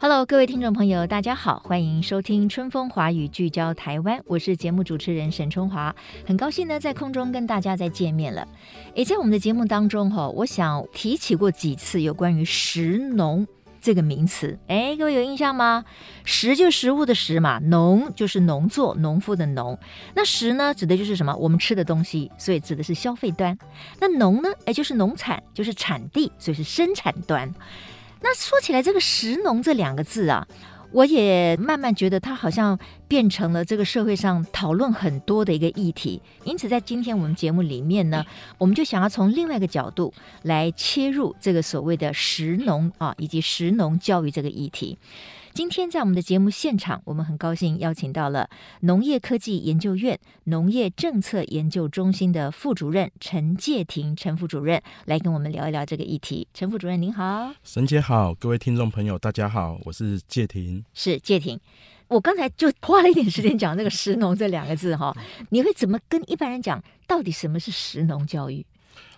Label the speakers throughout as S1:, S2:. S1: Hello，各位听众朋友，大家好，欢迎收听《春风华语》，聚焦台湾，我是节目主持人沈春华，很高兴呢在空中跟大家再见面了。诶，在我们的节目当中哈、我想提起过几次有关于“食农”这个名词，诶，各位有印象吗？食就是食物的食嘛，农就是农作、农夫的农。那食呢，指的就是什么？我们吃的东西，所以指的是消费端。那农呢，诶，就是农产，就是产地，所以是生产端。那说起来，这个“食农”这两个字啊，我也慢慢觉得它好像变成了这个社会上讨论很多的一个议题。因此，在今天我们节目里面呢，我们就想要从另外一个角度来切入这个所谓的“食农”啊，以及“食农教育”这个议题。今天在我们的节目现场，我们很高兴邀请到了农业科技研究院农业政策研究中心的副主任陈介廷陈副主任来跟我们聊一聊这个议题。陈副主任您好。
S2: 沈姐好，各位听众朋友大家好，我是介廷。
S1: 是介婷。我刚才就花了一点时间讲这个“食农”这两个字哈，
S2: 嗯
S1: 你会怎么跟一般人讲？到底什么是食农教育？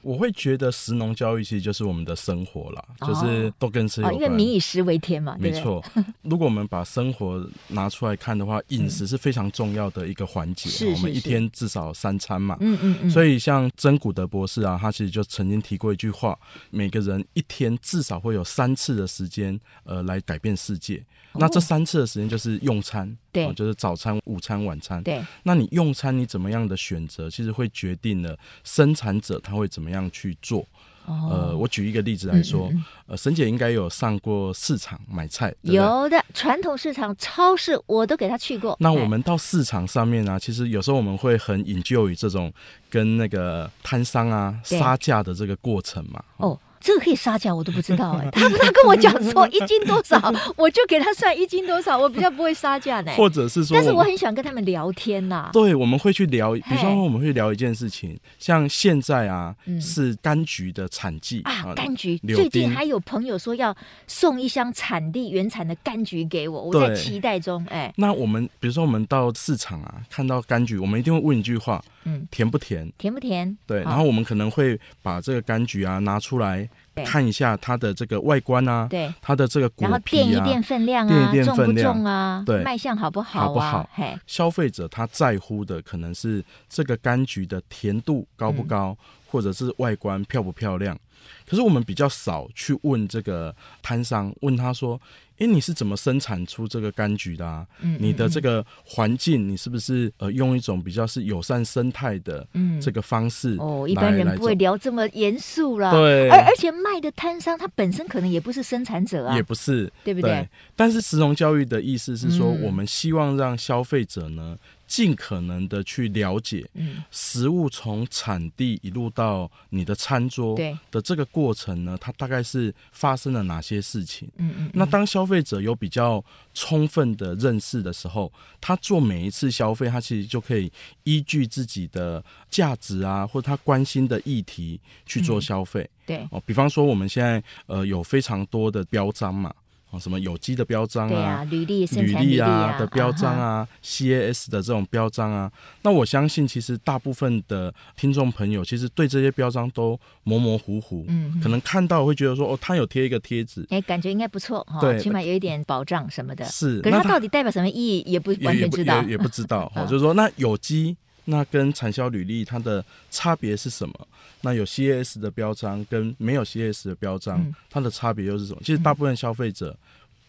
S2: 我会觉得食农教育其实就是我们的生活啦，
S1: 哦
S2: 就是都跟吃有
S1: 哦，
S2: 关。
S1: 因为民以食为天嘛，对
S2: 没
S1: 不对？
S2: 错， 如果我们把生活拿出来看的话，饮食是非常重要的一个环节。
S1: 是是
S2: 我们一
S1: 是
S2: 天至少三餐嘛。
S1: 嗯嗯嗯。
S2: 所
S1: 以
S2: 以，像真古德博士啊，他其实就曾经提过一句话：每个人一天至少会有三次的时间，呃，来改变世界。那这三次的时间就是用餐，
S1: 哦对
S2: 哦就是早餐、午餐、晚餐。
S1: 对，
S2: 那你用餐你怎么样的选择，其实会决定了生产者他会怎么样去做。呃，
S1: 哦，嗯
S2: 我举一个例子来说，呃，沈姐应该有上过市场买菜，对不对。
S1: 有的传统市场、超市我都给他去过。
S2: 那
S1: 哎
S2: 我们到市场上面啊，其实有时候我们会很引咎于这种跟那个摊商啊
S1: 对
S2: 杀价的这个过程嘛。
S1: 哦，这个可以杀价，我都不知道 哎、他他跟我讲说一斤多少，我就给他算一斤多少，我比较不会杀价呢。
S2: 或者是说
S1: 但
S2: 们，
S1: 是我很喜欢跟他们聊天呐、
S2: 对，我们会去聊，比
S1: 嘿
S2: 方说我们会聊一件事情，像现在啊、
S1: 嗯
S2: 是柑橘的产季
S1: 啊，柑橘
S2: 柳
S1: 最近
S2: 丁
S1: 还有朋友说要送一箱产地原产的柑橘给我，我在
S2: 对
S1: 期待中。哎，
S2: 那我们比如说我们到市场啊，看到柑橘，我们一定会问一句话：
S1: 嗯，
S2: 甜不甜？
S1: 甜不甜？
S2: 对，
S1: 好
S2: 然后我们可能会把这个柑橘啊拿出来
S1: 对
S2: 看一下它的这个外观啊，
S1: 对，
S2: 它的这个果
S1: 然后垫
S2: 皮
S1: 一
S2: 啊，
S1: 垫分量
S2: 垫
S1: 啊，
S2: 一垫
S1: 重不
S2: 分量
S1: 重啊？
S2: 对
S1: 卖相好不好啊？
S2: 好不好
S1: 嘿，
S2: 消费者他在乎的可能是这个柑橘的甜度高不高，
S1: 嗯
S2: 或者是外观漂不漂亮。可是我们比较少去问这个摊商，问他说：“诶，你是怎么生产出这个柑橘的、啊？
S1: 嗯
S2: 你的这个环境，你是不是呃用一种比较是友善生态的
S1: 嗯
S2: 这个方式来、
S1: 哦，一般人
S2: 来
S1: 不会
S2: 做
S1: 聊这么严肃啦。
S2: 对
S1: 而而且卖的摊商他本身可能也不是生产者啊
S2: 也，不是，
S1: 对不对
S2: 但是食农教育的意思是说，
S1: 嗯
S2: 我们希望让消费者呢，尽可能的去了解
S1: 嗯，
S2: 食物从产地一路到你的餐桌
S1: 对
S2: 的这个过程呢，它大概是发生了哪些事情。
S1: 嗯嗯，
S2: 那当消费者有比较充分的认识的时候，他做每一次消费，他其实就可以依据自己的价值啊，或他关心的议题去
S1: 嗯
S2: 做消费。
S1: 对
S2: 哦，比方说我们现在呃有非常多的标章嘛，哦什么有机的标章
S1: 对啊，
S2: 啊。
S1: 履历、生
S2: 履
S1: 产履历
S2: 啊的标章
S1: 哈
S2: 啊，CAS 的这种标章啊，那我相信其实大部分的听众朋友其实对这些标章都模模糊糊，
S1: 嗯嗯
S2: 可能看到会觉得说哦，他有贴一个贴纸，
S1: 哎，感觉应该不错哈，
S2: 对
S1: 起码有一点保障什么的。
S2: 是
S1: 可是
S2: 那
S1: 它
S2: 它
S1: 到底代表什么意义，也不完
S2: 也
S1: 全
S2: 不
S1: 知道。
S2: 也。也不知道 哦
S1: 嗯，
S2: 就是说那有机那跟产销履历它的差别是什么？那有 CAS 的标章跟没有 CAS 的标章，
S1: 嗯
S2: 它的差别又是什么？其实大部分消费者。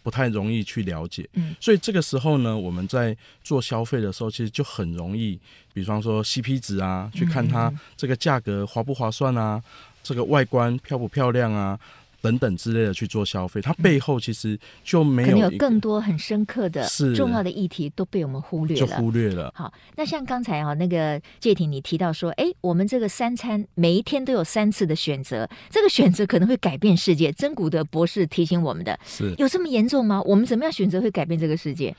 S2: 不太容易去了解，
S1: 嗯
S2: 所以这个时候呢，我们在做消费的时候，其实就很容易，比方说 CP 值啊，
S1: 嗯
S2: 去看它这个价格划不划算啊，这个外观漂不漂亮啊，等等之类的去做消费，它背后其实就没
S1: 嗯可能
S2: 有
S1: 有
S2: 一个
S1: 更多很深刻的
S2: 是
S1: 重要的议题都被我们忽略
S2: 就
S1: 了。
S2: 忽略了。
S1: 好，那像刚才啊、那个介婷你提到说，哎，我们这个三餐每一天都有三次的选择，这个选择可能会改变世界。真古德博士提醒我们的，
S2: 是，
S1: 有这么严重吗？我们怎么样选择会改变这个世界？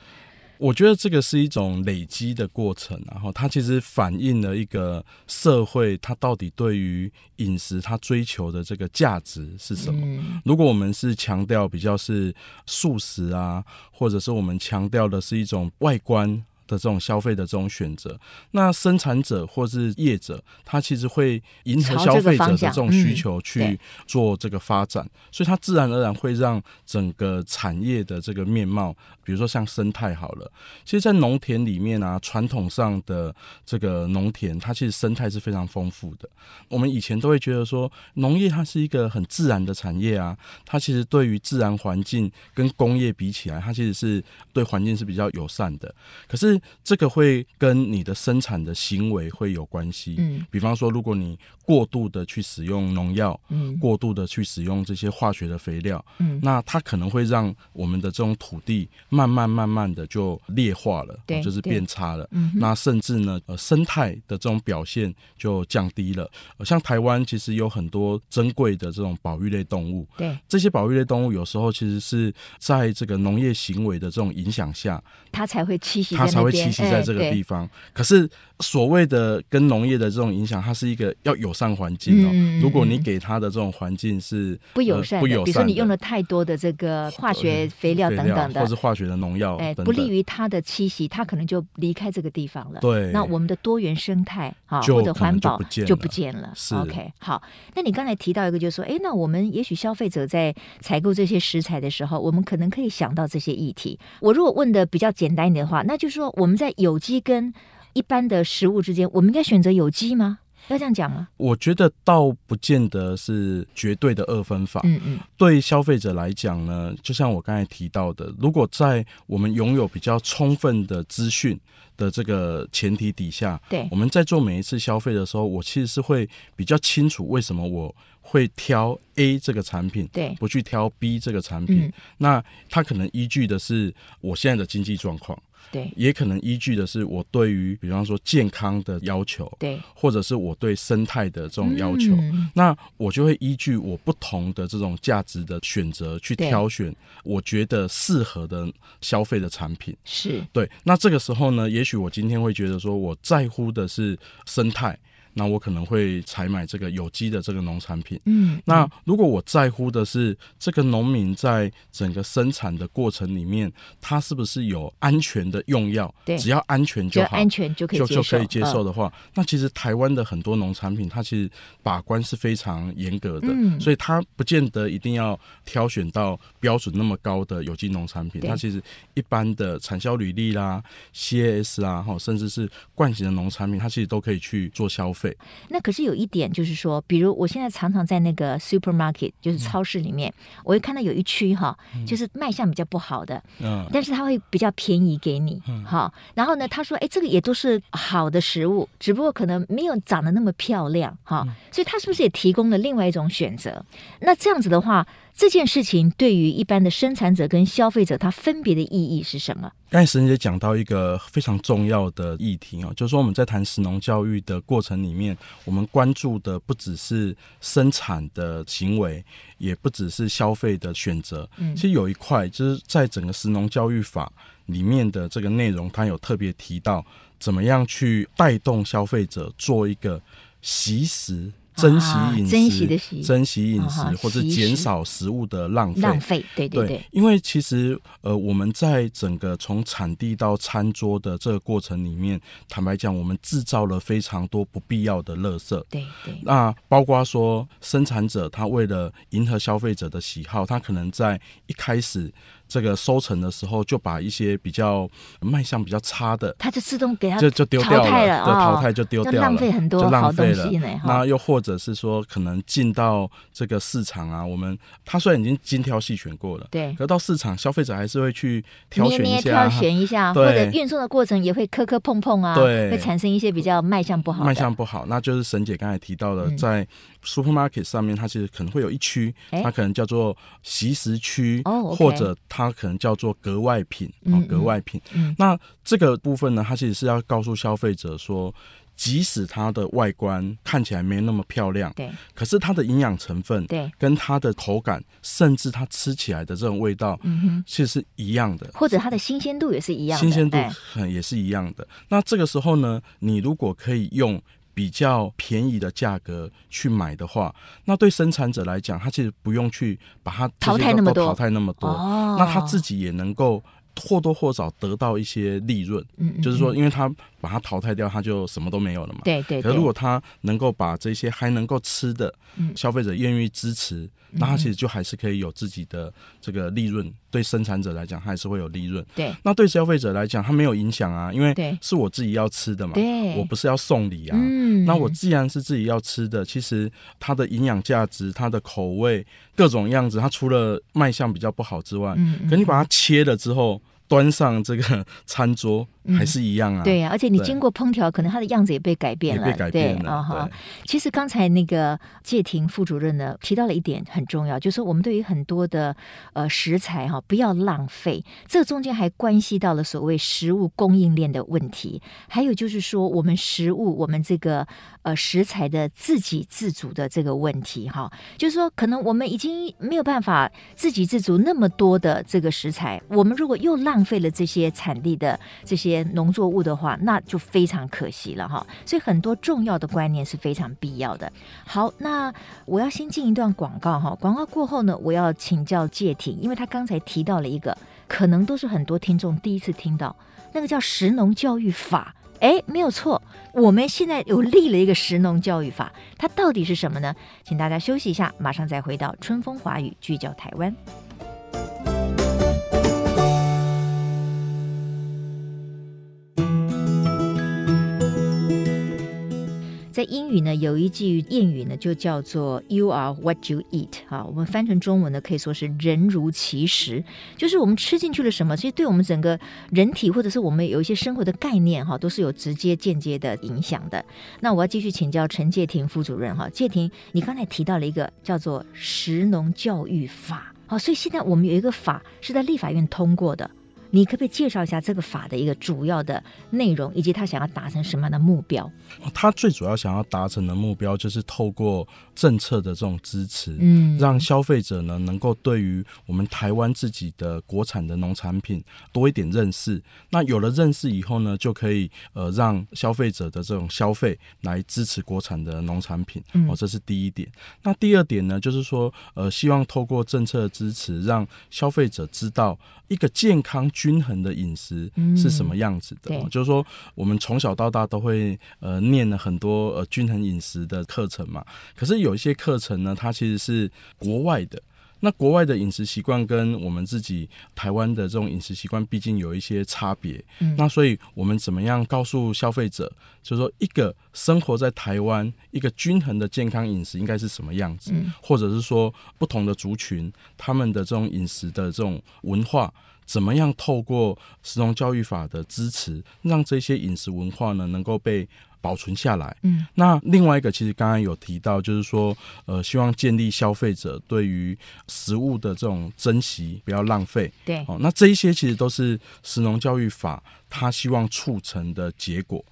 S2: 我觉得这个是一种累积的过程，然后它其实反映了一个社会它到底对于饮食它追求的这个价值是什么。
S1: 嗯，
S2: 如果我们是强调比较是素食啊，或者是我们强调的是一种外观的这种消费的这种选择，那生产者或是业者，他其实会迎合
S1: 朝
S2: 消
S1: 这个
S2: 费者
S1: 方
S2: 的
S1: 向
S2: 这种需
S1: 嗯
S2: 求去
S1: 对
S2: 做这个发展，所以它自然而然会让整个产业的这个面貌，比如说像生态好了，其实，在农田里面啊，传统上的这个农田，它其实生态是非常丰富的。我们以前都会觉得说，农业它是一个很自然的产业啊，它其实对于自然环境跟工业比起来，它其实是对环境是比较友善的。可是这个会跟你的生产的行为会有关系。
S1: 嗯，
S2: 比方说，如果你过度的去使用农药，
S1: 嗯
S2: 过度的去使用这些化学的肥料，
S1: 嗯
S2: 那它可能会让我们的这种土地慢慢慢慢的就劣化了，哦
S1: 对
S2: 就是
S1: 对
S2: 变差了。
S1: 嗯哼
S2: 那甚至呢，呃，生态的这种表现就降低了。呃像台湾其实有很多珍贵的这种保育类动物，
S1: 对，
S2: 这些保育类动物有时候其实是在这个农业行为的这种影响下，
S1: 他才会栖息在
S2: 它
S1: 那边，哎
S2: 才会栖息在这个地方。可是所谓的跟农业的这种影响，它是一个要友善环境哦。
S1: 嗯嗯嗯
S2: 如果你给它的这种环境是
S1: 哎、不友
S2: 呃
S1: 善的，
S2: 不友善呃
S1: 比如说你用了太多的这个化学肥料
S2: 肥
S1: 等等
S2: 或
S1: 的
S2: 是。化学的农药
S1: 哎，
S2: 等等，
S1: 不利于它的栖息，它可能就离开这个地方了。
S2: 对
S1: 那我们的多元生态啊，
S2: 就
S1: 或者环
S2: 可
S1: 保
S2: 能就不见了
S1: 就不见了。
S2: 是
S1: OK，好。那你刚才提到一个，就是说，哎，那我们也许消费者在采购这些食材的时候，我们可能可以想到这些议题。我如果问的比较简单一点的话，那就是说，我们在有机跟一般的食物之间，我们应该选择有机吗？要这样讲吗？
S2: 我觉得倒不见得是绝对的二分法。
S1: 嗯嗯，
S2: 对消费者来讲呢，就像我刚才提到的，如果在我们拥有比较充分的资讯的这个前提底下，
S1: 对
S2: 我们在做每一次消费的时候，我其实是会比较清楚为什么我会挑 A 这个产品，
S1: 对
S2: 不去挑 B 这个产品。
S1: 嗯
S2: 那它可能依据的是我现在的经济状况，
S1: 对
S2: 也可能依据的是我对于比方说健康的要求，
S1: 对，
S2: 或者是我对生态的这种要求。
S1: 嗯
S2: 那我就会依据我不同的这种价值的选择去
S1: 对
S2: 挑选我觉得适合的消费的产品。
S1: 是
S2: 对，那这个时候呢，也许我今天会觉得说我在乎的是生态，那我可能会采买这个有机的这个农产品。
S1: 嗯，
S2: 那如果我在乎的是这个农民在整个生产的过程里面，他是不是有安全的用药？
S1: 对
S2: 只要安全
S1: 只
S2: 就
S1: 要
S2: 好。
S1: 安全嗯就可以
S2: 就
S1: 接受，
S2: 可以接受
S1: 嗯
S2: 的话，那其实台湾的很多农产品，它其实把关是非常严格的，
S1: 嗯
S2: 所以它不见得一定要挑选到标准那么高的有机农产品。
S1: 对
S2: 它其实一般的产销履历啦、CAS 啊，哈，甚至是惯性的农产品，它其实都可以去做消费。
S1: 那可是有一点，就是说，比如我现在常常在那
S2: 嗯
S1: 个 supermarket，就是超市里面，我会看到有一区哈，就是卖相比较不好的，
S2: 嗯，
S1: 但是它会比较便宜给你，哈、然后呢，他说，哎，这个也都是好的食物，只不过可能没有长得那么漂亮，哈、
S2: 嗯
S1: 所以它是不是也提供了另外一种选择？那这样子的话，这件事情对于一般的生产者跟消费者，它分别的意义是什么？
S2: 刚才沈姐讲到一个非常重要的议题哦，就是说我们在谈食农教育的过程里面，我们关注的不只是生产的行为，也不只是消费的选择。
S1: 嗯
S2: 其实有一块就是在整个食农教育法里面的这个内容，它有特别提到怎么样去带动消费者做一个惜食。珍惜
S1: 啊
S2: 饮食，
S1: 珍惜的惜
S2: 珍惜饮食，
S1: 啊哈
S2: 或者
S1: 惜食
S2: 减少食物的浪费。
S1: 浪费，对对对，
S2: 因为其实呃，我们在整个从产地到餐桌的这个过程里面，坦白讲，我们制造了非常多不必要的垃圾。
S1: 对对，
S2: 那包括说，生产者他为了迎合消费者的喜好，他可能在一开始这个收成的时候，就把一些比较卖相比较差的，
S1: 它就自动给它
S2: 就就丢掉
S1: 淘汰了哦
S2: 对，淘汰就丢掉
S1: 就
S2: 了，
S1: 浪费很多
S2: 就浪费
S1: 好
S2: 了
S1: 东西呢哈
S2: 那又或者是说，可能进到这个市场啊，我们它虽然已经精挑细选过了，
S1: 对
S2: 可到市场消费者还是会去挑
S1: 捏
S2: 选一
S1: 捏
S2: 下
S1: 挑，选一下，
S2: 对
S1: 或者运送的过程也会磕磕碰碰啊，
S2: 对
S1: 会产生一些比较卖相不好的。
S2: 啊卖相不好，那就是沈姐刚才提到的，
S1: 嗯
S2: 在 supermarket 上面，它其实可能会有一区，
S1: 哎
S2: 它可能叫做习食区，
S1: 哦，OK
S2: 或者它可能叫做格外品，
S1: 嗯
S2: 哦，格外品。
S1: 嗯
S2: 那这个部分呢，它其实是要告诉消费者说。即使它的外观看起来没那么漂亮，
S1: 对
S2: 可是它的营养成分，
S1: 对，
S2: 跟它的口感，甚至它吃起来的这种味道，
S1: 嗯哼，哦
S2: 其实是一样的。
S1: 或者它的新鲜度也是一样的，
S2: 新鲜度
S1: 哎
S2: 很也是一样的。那这个时候呢，你如果可以用比较便宜的价格去买的话，那对生产者来讲，他其实不用去把它这
S1: 淘
S2: 些
S1: 汰
S2: 都
S1: 那么
S2: 都
S1: 多
S2: 淘汰那么多，
S1: 哦，
S2: 那他自己也能够。或多或少得到一些利润，
S1: 嗯嗯
S2: 就是说，因为他把它淘汰掉，他就什么都没有了嘛。
S1: 对对
S2: 可
S1: 对，
S2: 是如果他能够把这些还能够吃的
S1: 嗯
S2: 消费者愿意支持，那他其实就还是可以有自己的这个利润。对生产者来讲，他还是会有利润。
S1: 对
S2: 那对消费者来讲，他没有影响啊，因
S1: 对
S2: 为是我自己要吃的嘛，
S1: 对
S2: 我不是要送礼啊。
S1: 嗯，
S2: 那我既然是自己要吃的，其实它的营养价值、它的口味、各种样子，它除了卖相比较不好之外，
S1: 嗯嗯
S2: 可你把它切了之后，端上这个餐桌、还是一样
S1: 嗯
S2: 啊。
S1: 对呀、而且你
S2: 对
S1: 经过烹调，可能它的样子也被改变
S2: 也
S1: 了，
S2: 被改变
S1: 对
S2: 了，
S1: 啊哈。
S2: 对
S1: 其实刚才那个谢婷副主任呢提到了一点很重要，就是我们对于很多的呃食材哈、不要浪费，这中间还关系到了所谓食物供应链的问题，还有就是说我们食物我们这个呃食材的自给自足的这个问题哈、就是说可能我们已经没有办法自给自足那么多的这个食材，我们如果又浪费了这些产地的这些农作物的话，那就非常可惜了哈。所以很多重要的观念是非常必要的。好，那我要先进一段广告哈，广告过后呢，我要请教介婷，因为他刚才提到了一个，可能都是很多听众第一次听到，那个叫食农教育法。哎，没有错，我们现在有立了一个食农教育法，它到底是什么呢？请大家休息一下，马上再回到春风华语聚焦台湾。在英语呢，有一句谚语呢，就叫做 “You are what you eat” 啊，我们翻成中文呢，可以说是“人如其食”，就是我们吃进去了什么，其实对我们整个人体或者是我们有一些生活的概念哈，都是有直接、间接的影响的。那我要继续请教陈介廷副主任哈，介廷，你刚才提到了一个叫做《食农教育法》，好，所以现在我们有一个法是在立法院通过的。你可不可以介绍一下这个法的一个主要的内容，以及他想要达成什么样的目标？
S2: 他最主要想要达成的目标，就是透过政策的这种支持，
S1: 嗯
S2: 让消费者呢能够对于我们台湾自己的国产的农产品多一点认识。那有了认识以后呢，就可以呃让消费者的这种消费来支持国产的农产品。
S1: 嗯
S2: 哦，这是第一点。那第二点呢，就是说呃希望透过政策的支持，让消费者知道一个健康均衡的饮食是什么样子的。
S1: 嗯对
S2: 哦就是说我们从小到大都会呃念了很多呃均衡饮食的课程嘛，可是有一些课程呢，它其实是国外的。那国外的饮食习惯跟我们自己台湾的这种饮食习惯，毕竟有一些差别。
S1: 嗯
S2: 那所以我们怎么样告诉消费者，就是说一个生活在台湾，一个均衡的健康饮食应该是什么样子，
S1: 嗯
S2: 或者是说不同的族群他们的这种饮食的这种文化。怎么样透过食农教育法的支持，让这些饮食文化呢能够被保存下来？
S1: 嗯，
S2: 那另外一个，其实刚刚有提到，就是说，呃，希望建立消费者对于食物的这种珍惜，不要浪费。
S1: 对，
S2: 哦，那这一些其实都是食农教育法它希望促成的结果。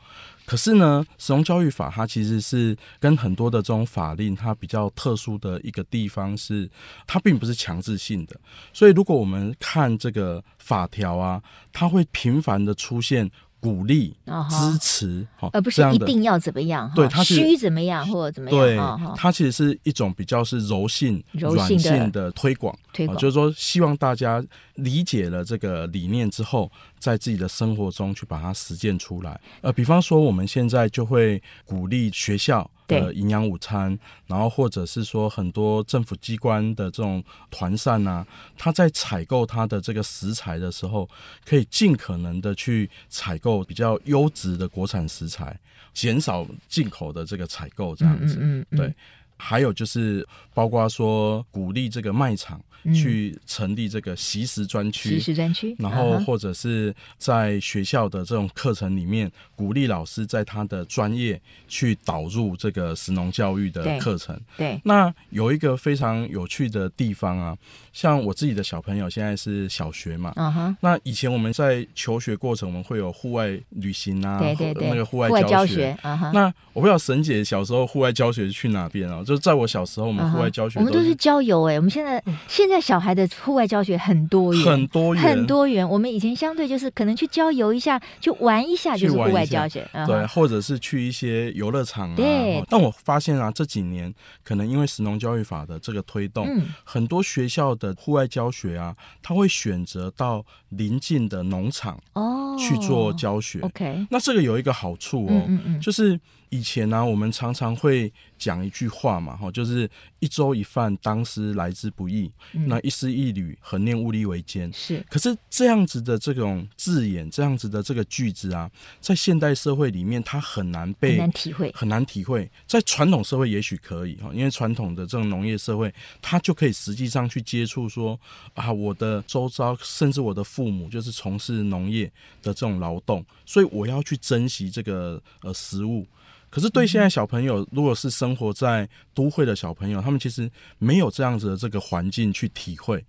S2: 可是呢，食农教育法它其实是跟很多的这种法令它比较特殊的一个地方是，它并不是强制性的。所以如果我们看这个法条啊，它会频繁的出现鼓励、
S1: 啊哈
S2: 支持，哦
S1: 而不
S2: 这
S1: 是
S2: 样
S1: 一
S2: 的
S1: 定要怎么样，哈
S2: 对它是
S1: 需怎么样或者怎么
S2: 对
S1: 样，哦哈，哈
S2: 它其实是一种比较是柔性、
S1: 柔
S2: 软
S1: 性的
S2: 性的推广，
S1: 推广
S2: 啊就是说希望大家理解了这个理念之后，在自己的生活中去把它实践出来。呃，比方说我们现在就会鼓励学校的
S1: 对
S2: 营养午餐，然后或者是说很多政府机关的这种团膳啊，他在采购他的这个食材的时候，可以尽可能的去采购比较优质的国产食材，减少进口的这个采购这样子。
S1: 嗯嗯嗯
S2: 对，还有就是包括说鼓励这个卖场
S1: 嗯
S2: 去成立这个习食专区。
S1: 其实专区，
S2: 然后
S1: 啊哈
S2: 或者是在学校的这种课程里面，鼓励老师在他的专业去导入这个食农教育的
S1: 对
S2: 课程。
S1: 对，
S2: 那有一个非常有趣的地方啊，像我自己的小朋友现在是小学嘛，
S1: 嗯哼，
S2: 那以前我们在求学过程，我们会有户外旅行啊，
S1: 对对
S2: 或
S1: 对，
S2: 那个户外
S1: 教
S2: 学。
S1: 学，啊哈，
S2: 那我不知道沈姐小时候户外教学去哪边哦、就是在我小时候，我
S1: 我
S2: 们户外教
S1: 啊
S2: 学
S1: 我们
S2: 都嗯
S1: 都是郊游哎，我们现在现在小孩的户外教学很多元，
S2: 很多元
S1: 很多元。我们以前相对就是可能去郊游一下，去玩一下，
S2: 去
S1: 就是户
S2: 玩一
S1: 外教
S2: 下
S1: 学，嗯
S2: 对，
S1: 哼
S2: 或者是去一些游乐场啊。
S1: 对
S2: 哦但我发现啊，这几年可能因为神农教育法的这个推动，
S1: 嗯
S2: 很多学校的户外教学啊，他会选择到邻近的农场
S1: 哦，
S2: 去做教学。
S1: OK，
S2: 那这个有一个好处哦，
S1: 嗯嗯嗯，
S2: 就是以前呢、我们常常会讲一句话嘛，哈，就是一粥一饭，当思来之不易；
S1: 嗯
S2: 那一丝一缕，恒念物力维艰。
S1: 是
S2: 可是这样子的这种字眼，这样子的这个句子啊，在现代社会里面，它很难
S1: 很
S2: 被
S1: 难体会，
S2: 很难体会。在传统社会也许可以哈，因为传统的这种农业社会，它就可以实际上去接触说啊，我的周遭甚至我的父母就是从事农业的这种劳动，所以我要去珍惜这个呃食物。可是对现在小朋友，如果是生活在都会的小朋友，他们其实没有这样子的这个环境去体会。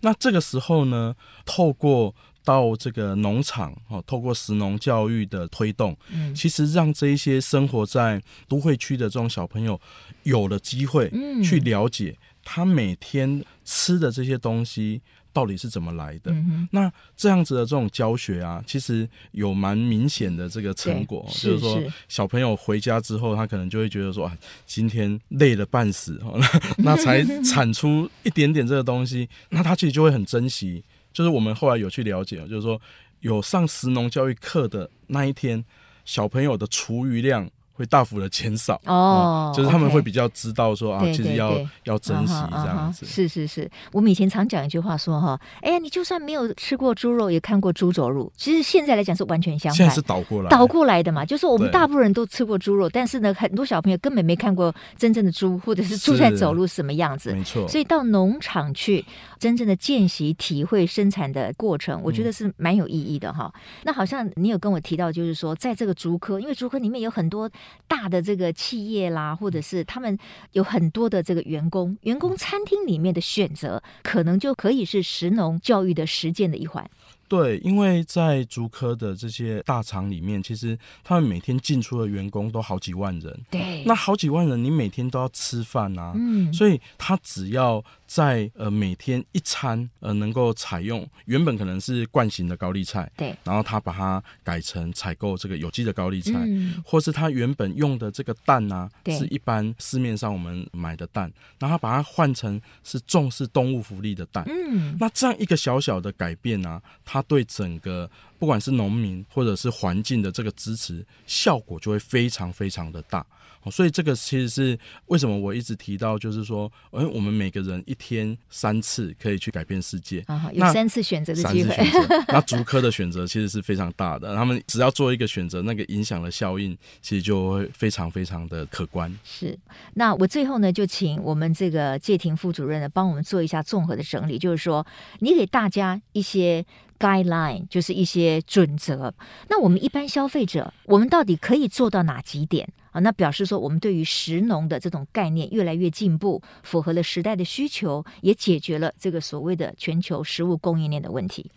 S2: 那这个时候呢，透过到这个农场哦，透过食农教育的推动，
S1: 嗯
S2: 其实让这一些生活在都会区的这种小朋友有了机会
S1: 嗯
S2: 去了解他每天吃的这些东西到底是怎么来的。
S1: 嗯哼，
S2: 那这样子的这种教学啊，其实有蛮明显的这个成果，
S1: 对
S2: 就是是说
S1: 是
S2: 小朋友回家之后，他可能就会觉得说啊，今天累了半死哦， 那那才产出一点点这个东西，那他其实就会很珍惜。就是我们后来有去了解哦，就是说有上食农教育课的那一天，小朋友的厨余量会大幅的减少
S1: 哦
S2: 嗯就是他们
S1: OK
S2: 会比较知道说啊，
S1: 对
S2: 其实
S1: 对
S2: 要
S1: 对
S2: 要珍惜
S1: 啊哈
S2: 这样子
S1: 啊哈。是是是，我们以前常讲一句话说哈，哎呀，你就算没有吃过猪肉，也看过猪肘肉。其实现在来讲是完全相
S2: 现
S1: 反
S2: 在是。倒过来，
S1: 倒过来的嘛，就是我们
S2: 对
S1: 大部分人都吃过猪肉，但是呢，很多小朋友根本没看过真正的猪，或者是猪
S2: 是
S1: 在走路是什么样子。
S2: 没错，
S1: 所以到农场去，真正的见习、体会生产的过程，
S2: 嗯
S1: 我觉得是蛮有意义的哈。那好像你有跟我提到，就是说，在这个竹科，因为竹科里面有很多大的这个企业啦，或者是他们有很多的这个员工，
S2: 嗯
S1: 员工餐厅里面的选择，可能就可以是食农教育的实践的一环。
S2: 对，因为在竹科的这些大厂里面，其实他们每天进出的员工都好几万人，
S1: 对
S2: 那好几万人，你每天都要吃饭啊，
S1: 嗯，
S2: 所以他只要在呃每天一餐呃能够采用原本可能是惯型的高丽菜，
S1: 对，
S2: 然后他把它改成采购这个有机的高丽菜，
S1: 嗯，
S2: 或是他原本用的这个蛋啊，
S1: 对
S2: 是一般市面上我们买的蛋，然后他把它换成是重视动物福利的蛋，
S1: 嗯，
S2: 那这样一个小小的改变啊，它对整个不管是农民或者是环境的这个支持效果就会非常非常的大。哦所以这个其实是为什么我一直提到，就是说，哎，我们每个人一天三次可以去改变世界。
S1: 啊，有
S2: 那
S1: 三次选择的
S2: 三
S1: 机
S2: 次
S1: 会。
S2: 选择，那竹科的选择其实是非常大的。他们只要做一个选择，那个影响的效应其实就会非常非常的可观。
S1: 是，那我最后呢，就请我们这个谢婷副主任呢，帮我们做一下综合的整理，就是说，你给大家一些 guideline，就是一些准则。那我们一般消费者，我们到底可以做到哪几点啊？那表示说，我们对于食农的这种概念越来越进步，符合了时代的需求，也解决了这个所谓的全球食物供应链的问题。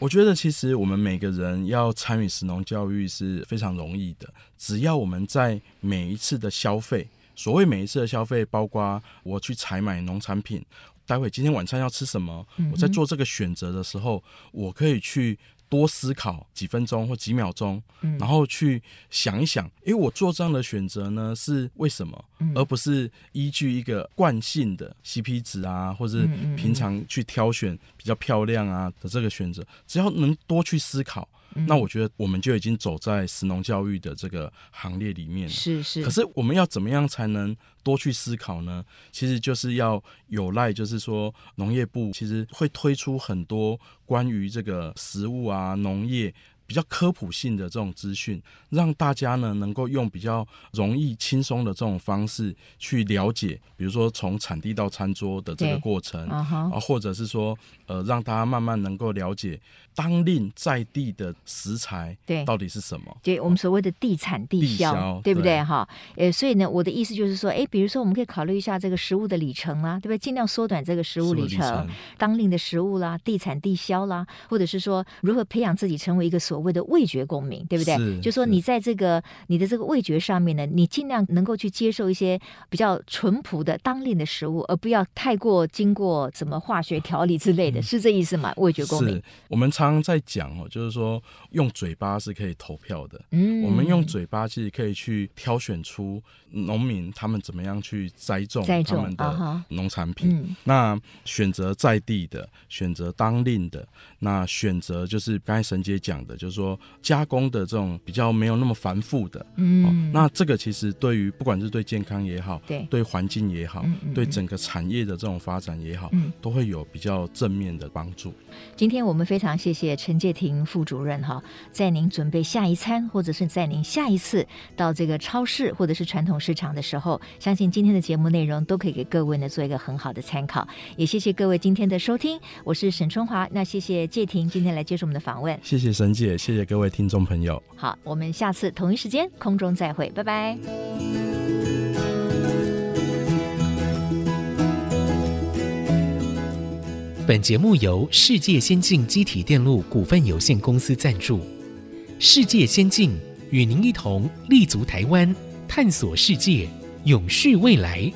S2: 我觉得其实我们每个人要参与食农教育是非常容易的，只要我们在每一次的消费，所谓每一次的消费，包括我去采买农产
S1: 嗯
S2: 品，待会今天晚餐要吃什么，我在做这个选择的时候，我可以去多思考几分钟或几秒钟，
S1: 嗯
S2: 然后去想一想，诶，我做这样的选择呢是为什么，
S1: 嗯
S2: 而不是依据一个惯性的 CP 值啊，或是
S1: 嗯嗯
S2: 平常去挑选比较漂亮啊的这个选择。只要能多去思考，
S1: 嗯
S2: 那我觉得我们就已经走在食农教育的这个行列里面了。
S1: 是是，
S2: 可是我们要怎么样才能多去思考呢？其实就是要有赖，就是说农业部其实会推出很多关于这个食物啊、农业比较科普性的这种资讯，让大家呢能够用比较容易、轻松的这种方式去了解，比如说从产地到餐桌的这个
S1: 对
S2: 过程。
S1: 啊哈，
S2: 啊，或者是说，呃，让大家慢慢能够了解当令在地的食材
S1: 对
S2: 到底是什么。
S1: 对我们所谓的地产地
S2: 地
S1: 销，
S2: 销
S1: 对不对
S2: 对
S1: 哈？呃，所以呢，我的意思就是说，哎，比如说我们可以考虑一下这个食物的里程啊啦、对不对？尽量缩短这个食物
S2: 食物
S1: 里
S2: 里
S1: 程，
S2: 程
S1: 当令的食物啦、地产地销啦，或者是说如何培养自己成为一个所谓的味觉公民，对不对？
S2: 是
S1: 就说
S2: 是
S1: 你在这个你的这个味觉上面呢，你尽量能够去接受一些比较淳朴的当令的食物，而不要太过经过什么化学调理之类的，是这意思吗？味觉公民
S2: 嗯是，我们常常在讲哦，就是说用嘴巴是可以投票的。
S1: 嗯
S2: 我们用哦嘴巴其实可以去挑选出农民他们怎么样去栽种
S1: 栽
S2: 他
S1: 种
S2: 们
S1: 啊
S2: 的
S1: 哈
S2: 农产品。
S1: 嗯
S2: 那选择在地的，选择当令的，那选择就是刚才沈姐讲的，就是说加工的这种比较没有那么繁复的。哦
S1: 嗯，
S2: 那这个其实对于不管是对健康也好，
S1: 对
S2: 对环境也好，
S1: 嗯嗯
S2: 对
S1: 嗯
S2: 整个产业的这种发展也好，
S1: 嗯
S2: 都会有比较正面的帮助。
S1: 今天我们非常谢谢陈介廷副主任哈，在您准备下一餐，或者是在您下一次到这个超市或者是传统市场的时候，相信今天的节目内容都可以给各位呢做一个很好的参考。也谢谢各位今天的收听，我是沈春华。那谢谢介廷今天来接受我们的访问。
S2: 谢谢沈姐，谢谢各位听众朋友。
S1: 好，我们下次同一时间空中再会，拜拜。
S3: 本节目由世界先进机体电路股份有限公司赞助。世界先进与您一同立足台湾，探索世界，永续未来。